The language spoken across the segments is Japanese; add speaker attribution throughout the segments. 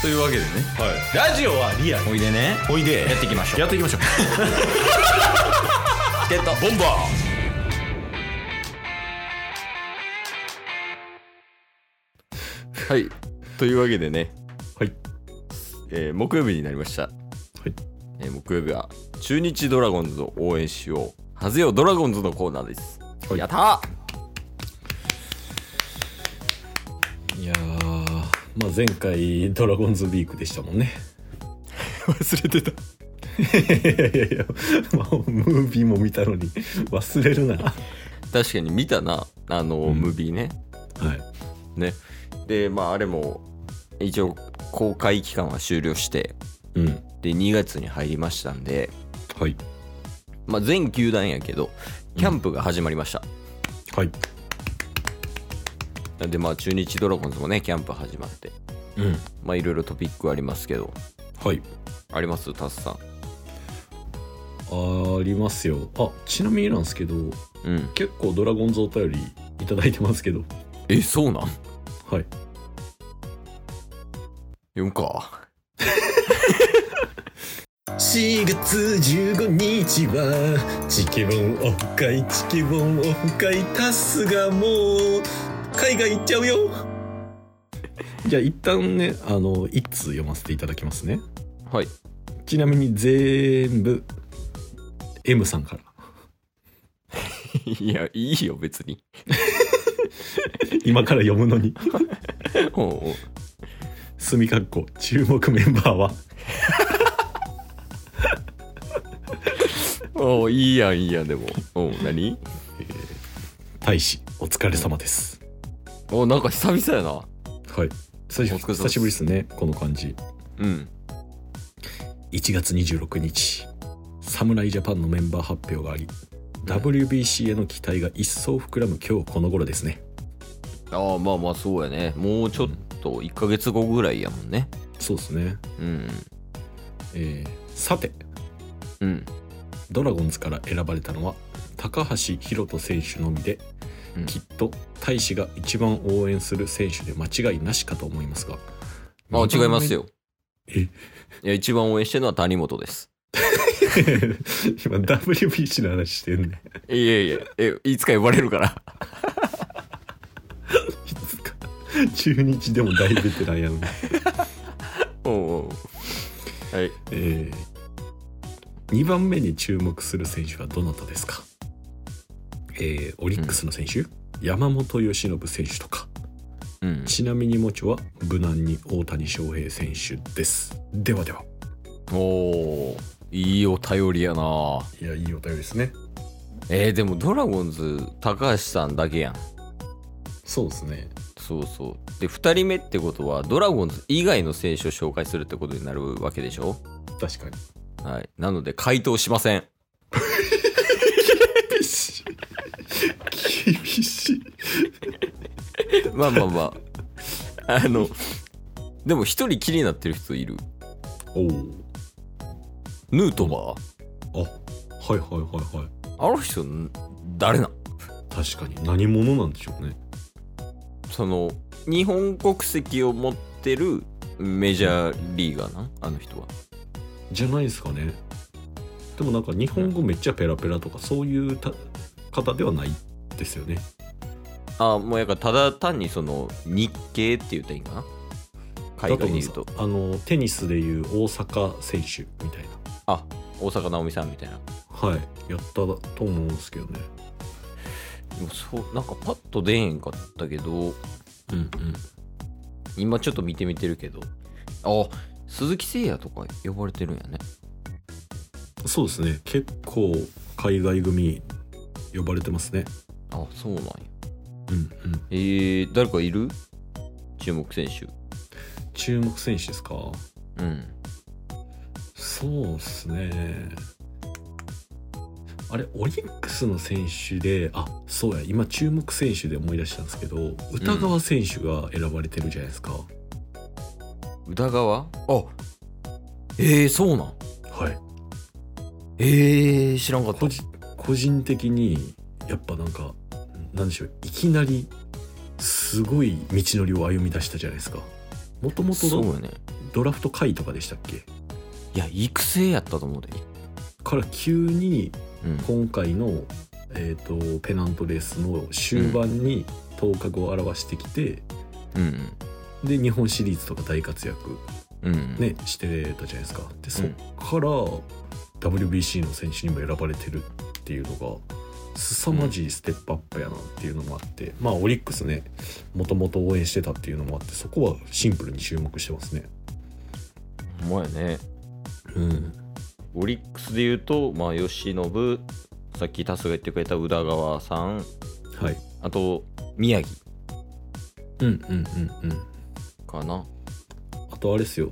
Speaker 1: というわけでね
Speaker 2: はい、ラジオはリアル
Speaker 1: おいでね
Speaker 2: おいで
Speaker 1: やっていきましょう
Speaker 2: やっていきましょう
Speaker 1: チケット
Speaker 2: ボンバ
Speaker 1: はいというわけでね
Speaker 2: はい、
Speaker 1: えー木曜日になりました
Speaker 2: い
Speaker 1: えー木曜日は中日ドラゴンズを応援しようハゼよドラゴンズのコーナーです、
Speaker 2: はい
Speaker 1: やった
Speaker 2: ーいやーまあ前回ドラゴンズウィークでしたもん ね
Speaker 1: ー忘れてた
Speaker 2: いやいやいや、まあ、ムービーも見たのに忘れるなは
Speaker 1: 確かに見たなあの、
Speaker 2: うん
Speaker 1: ムービーね
Speaker 2: い
Speaker 1: ねでまああれも一応公開期間は終了して
Speaker 2: うん
Speaker 1: で2月に入りましたんで、
Speaker 2: はい
Speaker 1: まあ、全球団やけどキャンプが始まりました、
Speaker 2: はい
Speaker 1: なんでまあ中日ドラゴンズもねキャンプ始まって
Speaker 2: うん
Speaker 1: まあいろいろトピックありますけど
Speaker 2: はい
Speaker 1: ありますタスさん
Speaker 2: ありますよあちなみになんですけど
Speaker 1: うん
Speaker 2: 結構ドラゴンズお便りいただいてますけど
Speaker 1: えそうなん
Speaker 2: はい
Speaker 1: 読むか
Speaker 2: 4月15日はチケボンオフ会チケボンオフ会タスがもう海外行っちゃうよじゃあ一旦ねあの一通読ませていただきますね
Speaker 1: はい
Speaker 2: ちなみに全部 M さんから
Speaker 1: いやいいよ別に
Speaker 2: 今から読むのに
Speaker 1: おうおう
Speaker 2: 墨かっこ注目メンバーは
Speaker 1: おういいやんいいやんでもおう何
Speaker 2: 大使お疲れ様です
Speaker 1: おうなんか久々や
Speaker 2: はい久し
Speaker 1: お疲れ様です
Speaker 2: 久しぶりですねこの感じ
Speaker 1: なうん
Speaker 2: 1月26日侍ジャパンのメンバー発表があり WBC への期待が一層膨らむ今日この頃ですね
Speaker 1: ああまあまあそうやねもうちょっと1ヶ月後ぐらいやもんね
Speaker 2: そうですね、
Speaker 1: うん
Speaker 2: えーさて
Speaker 1: うん
Speaker 2: ドラゴンズから選ばれたのは高橋宏斗選手のみで、
Speaker 1: うん
Speaker 2: きっと大使が一番応援する選手で間違いなしかと思いますが
Speaker 1: あ違いますよ
Speaker 2: え
Speaker 1: いや一番応援してるのは谷本です
Speaker 2: 今 WBC の話してんね
Speaker 1: いやいやえいつか呼ばれるから
Speaker 2: いつか中日でも大ベテランやのに
Speaker 1: おうおうはい
Speaker 2: え2番目に注目する選手はどなたですか、えーオリックスの選手、山本由伸選手とか
Speaker 1: うん
Speaker 2: ちなみにもちょは無難に大谷翔平選手ですではでは
Speaker 1: おおいいお便りやない
Speaker 2: やいいお便りですね
Speaker 1: えー、でもドラゴンズ高橋さんだけやん
Speaker 2: そうですね
Speaker 1: そうそうで2人目ってことはドラゴンズ以外の選手を紹介するってことになるわけでしょ
Speaker 2: 確かに
Speaker 1: はいなので回答しません
Speaker 2: 厳しい厳しい
Speaker 1: まあまあまあ あのでも一人気になってる人いる
Speaker 2: お
Speaker 1: ヌートバー
Speaker 2: おあはいはいはいはい
Speaker 1: あの人誰なん
Speaker 2: 確かに何者なんでしょうね
Speaker 1: その日本国籍を持ってるメジャーリーガーなんあの人は
Speaker 2: じゃないですかねでもなんか日本語めっちゃペラペラとかそういうた方ではないですよね
Speaker 1: あもうやからただ単にその日系って言ったらいいんかな海外で言うと
Speaker 2: だ思うんですあのテニスでいう大阪選手みたいな
Speaker 1: あ大阪なおみさんみたいな
Speaker 2: はいやったと思うんですけどね
Speaker 1: でもそうなんかパッと出えへんかったけど
Speaker 2: うんうん
Speaker 1: 今ちょっと見てみてるけどあ鈴木誠也とか呼ばれてるんやね
Speaker 2: そうですね結構海外組呼ばれてますね
Speaker 1: あそうなんや
Speaker 2: うんうん
Speaker 1: えー、誰かいる注目選手
Speaker 2: 注目選手ですか
Speaker 1: うん
Speaker 2: そうですねあれオリックスの選手であそうや今注目選手で思い出したんですけど歌川選手が選ばれてるじゃないですか、
Speaker 1: 宇田川あえー、そうなん
Speaker 2: はい
Speaker 1: えー、知らんかった
Speaker 2: 個人個人的にやっぱなんかなんでしょういきなりすごい道のりを歩み出したじゃないですかもともと
Speaker 1: そうやね
Speaker 2: ドラフト下位とかでしたっけ
Speaker 1: いや育成やったと思うで
Speaker 2: から急に
Speaker 1: うん
Speaker 2: 今回の、えー、とペナントレースの終盤に頭角を表してきて、
Speaker 1: うん
Speaker 2: で日本シリーズとか大活躍、
Speaker 1: うんうん
Speaker 2: ねしてたじゃないですかでそっから WBC の選手にも選ばれてるっていうのが凄まじいステップアップやなっていうのもあって、まあオリックスねもともと応援してたっていうのもあってそこはシンプルに注目してますね。
Speaker 1: ほんまやね
Speaker 2: うん、
Speaker 1: オリックスで言うとまあ由伸さっきタスが言ってくれた宇田川さん
Speaker 2: はい、
Speaker 1: あと宮城
Speaker 2: うんうんうんうん
Speaker 1: かな、
Speaker 2: あとあれですよ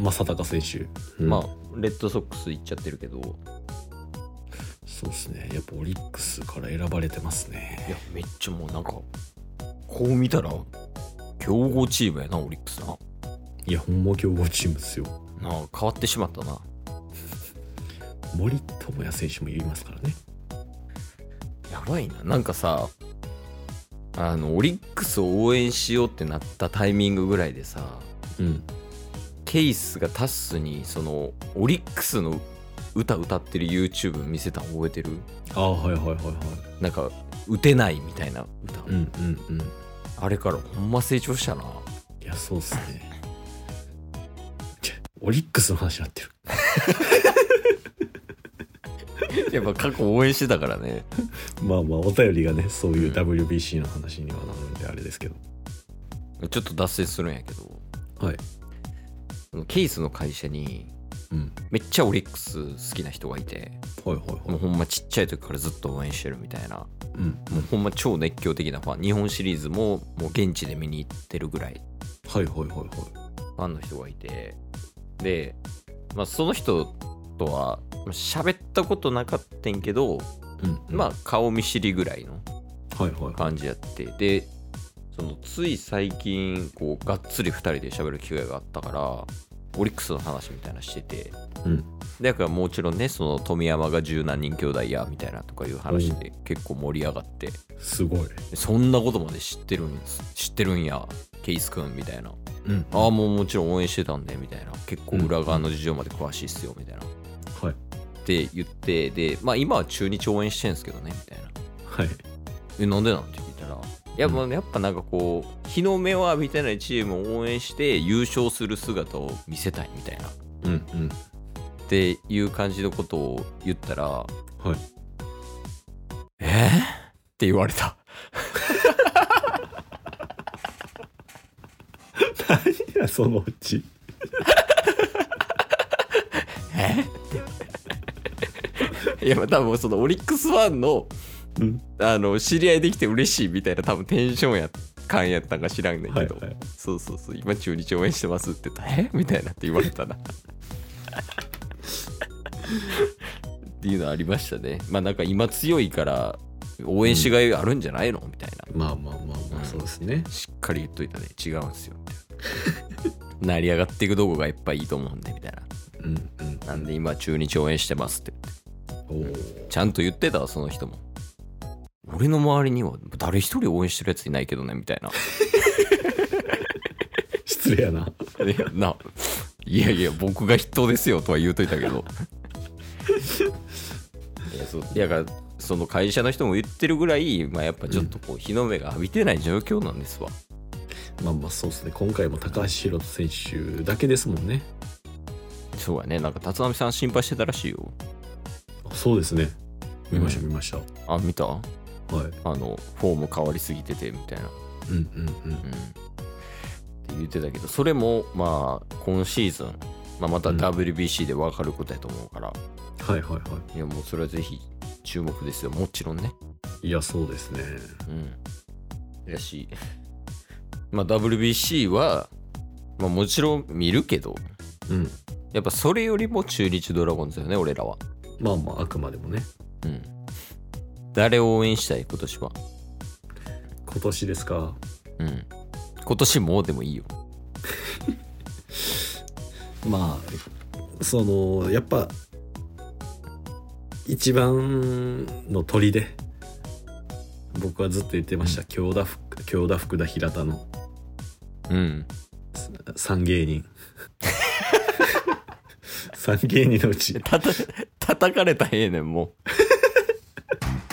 Speaker 2: 正隆選手、
Speaker 1: まあ
Speaker 2: あ
Speaker 1: レッドソックス行っちゃってるけど
Speaker 2: そうですねやっぱオリックスから選ばれてます
Speaker 1: い
Speaker 2: ね
Speaker 1: やめっちゃもうなんかこう見たら強豪チームやなオリックスない
Speaker 2: や本望強豪チームですよ
Speaker 1: なあ変わってしまったな
Speaker 2: 森友哉選手も言いますからね
Speaker 1: やばいななんかさあのオリックスを応援しようってなったタイミングぐらいでさ
Speaker 2: うん
Speaker 1: ケイスがタッスにそのオリックスの歌歌ってる YouTube 見せたの覚えてる
Speaker 2: ああはいはいはいはい
Speaker 1: なんか打てないみたいな歌、
Speaker 2: うんうんうん
Speaker 1: あれからほんま成長したない
Speaker 2: やそうっすねちょオリックスの話になってる
Speaker 1: やっぱ過去応援してたからね
Speaker 2: まあまあお便りがねそういう
Speaker 1: うん
Speaker 2: WBC の話にはなるんであれですけど
Speaker 1: ちょっと脱線するんやけど
Speaker 2: はい
Speaker 1: そのケイスの会社に
Speaker 2: うん
Speaker 1: めっちゃオリックス好きな人がいて
Speaker 2: はいはい
Speaker 1: も
Speaker 2: は
Speaker 1: う
Speaker 2: い
Speaker 1: ほんまちっちゃい時からずっと応援してるみたいな
Speaker 2: うん
Speaker 1: もうほんま超熱狂的なファン日本シリーズももう現地で見に行ってるぐらい
Speaker 2: はいはいはいは
Speaker 1: ファンの人がいてで、まあ、その人とはまあ喋ったことなかったんけど
Speaker 2: いうん
Speaker 1: まあ顔見知りぐらいの
Speaker 2: あはいはい
Speaker 1: 感じやってでそのつい最近こうがっつり2人で喋る機会があったからオリックスの話みたいなのしてて
Speaker 2: うん
Speaker 1: だからもちろんねその富山が十何人兄弟やみたいなとかいう話で結構盛り上がって
Speaker 2: すごい
Speaker 1: そんなことまで知ってるんです知ってるんやケイスくんみたいな
Speaker 2: うん
Speaker 1: ああもうもちろん応援してたんでみたいな結構裏側の事情まで詳しいっすよみたいな、っ
Speaker 2: はい
Speaker 1: て言ってでまあ今は中日応援してるんですけどねみたいな
Speaker 2: はい
Speaker 1: えなんでなんて聞いたらいや,、まあ、やっぱなんかこう日の目を浴びてないチームを応援して優勝する姿を見せたいみたいなっ
Speaker 2: うんうん
Speaker 1: ていう感じのことを言ったら
Speaker 2: はい
Speaker 1: えー、って言われた
Speaker 2: 何やそのうち
Speaker 1: いやまあ多分そのオリックスファンの
Speaker 2: うん
Speaker 1: あの知り合いできて嬉しいみたいな多分テンションや感やったんか知らんねん
Speaker 2: は
Speaker 1: け
Speaker 2: い
Speaker 1: ど、
Speaker 2: はい
Speaker 1: そうそうそう今中日応援してますって言ったらえみたいなって言われたな っていうのありましたねまあなんか今強いから応援しがいあるんじゃないのみたいな
Speaker 2: まあまあまあまあそうですね
Speaker 1: しっかり言っといたね違うんすよみたいな成り上がっていくとこがやっぱいいと思うんでみたいな
Speaker 2: うんうん
Speaker 1: なんで今中日応援してますって
Speaker 2: おお
Speaker 1: ちゃんと言ってたわその人も俺の周りには誰一人応援してるやついないけどねみたいな
Speaker 2: 失礼やない
Speaker 1: やな、いやいや、僕が筆頭ですよとは言うといたけど。いや、そう、いやだから、その会社の人も言ってるぐらい、まあ、やっぱちょっとこう、日の目が浴びてない状況なんですわ。
Speaker 2: まあまあそうですね今回も高橋宏斗選手だけですもんね
Speaker 1: そうやね、なんか、立浪さん心配してたらしいよ。
Speaker 2: あそうですね見ました
Speaker 1: う
Speaker 2: 見ました、
Speaker 1: あ、見たあ
Speaker 2: はい
Speaker 1: の、フォーム変わりすぎてて、みたいな。
Speaker 2: うんうんうん
Speaker 1: うん。って言ってたけど、それも、まあ、今シーズン、まあ、また
Speaker 2: うん
Speaker 1: WBC で分かることやと思うから、
Speaker 2: はいはいはい
Speaker 1: や、もうそれはぜひ注目ですよ。もちろんね。
Speaker 2: いいやそうですね
Speaker 1: うん。やし、 まあ WBC は、まあもちろん見るけど、
Speaker 2: うん
Speaker 1: やっぱそれよりも中日ドラゴンズよね、俺らは。
Speaker 2: まあまああくまでもね
Speaker 1: うん。誰を応援したい今年は。
Speaker 2: 今年ですか
Speaker 1: うん。今年もでもいいよ。
Speaker 2: まあそのやっぱ一番の鳥で僕はずっと言ってました京田福京田福田平田の
Speaker 1: うん。
Speaker 2: 三芸人3芸人のうち
Speaker 1: たた叩かれたらええねんもう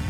Speaker 3: す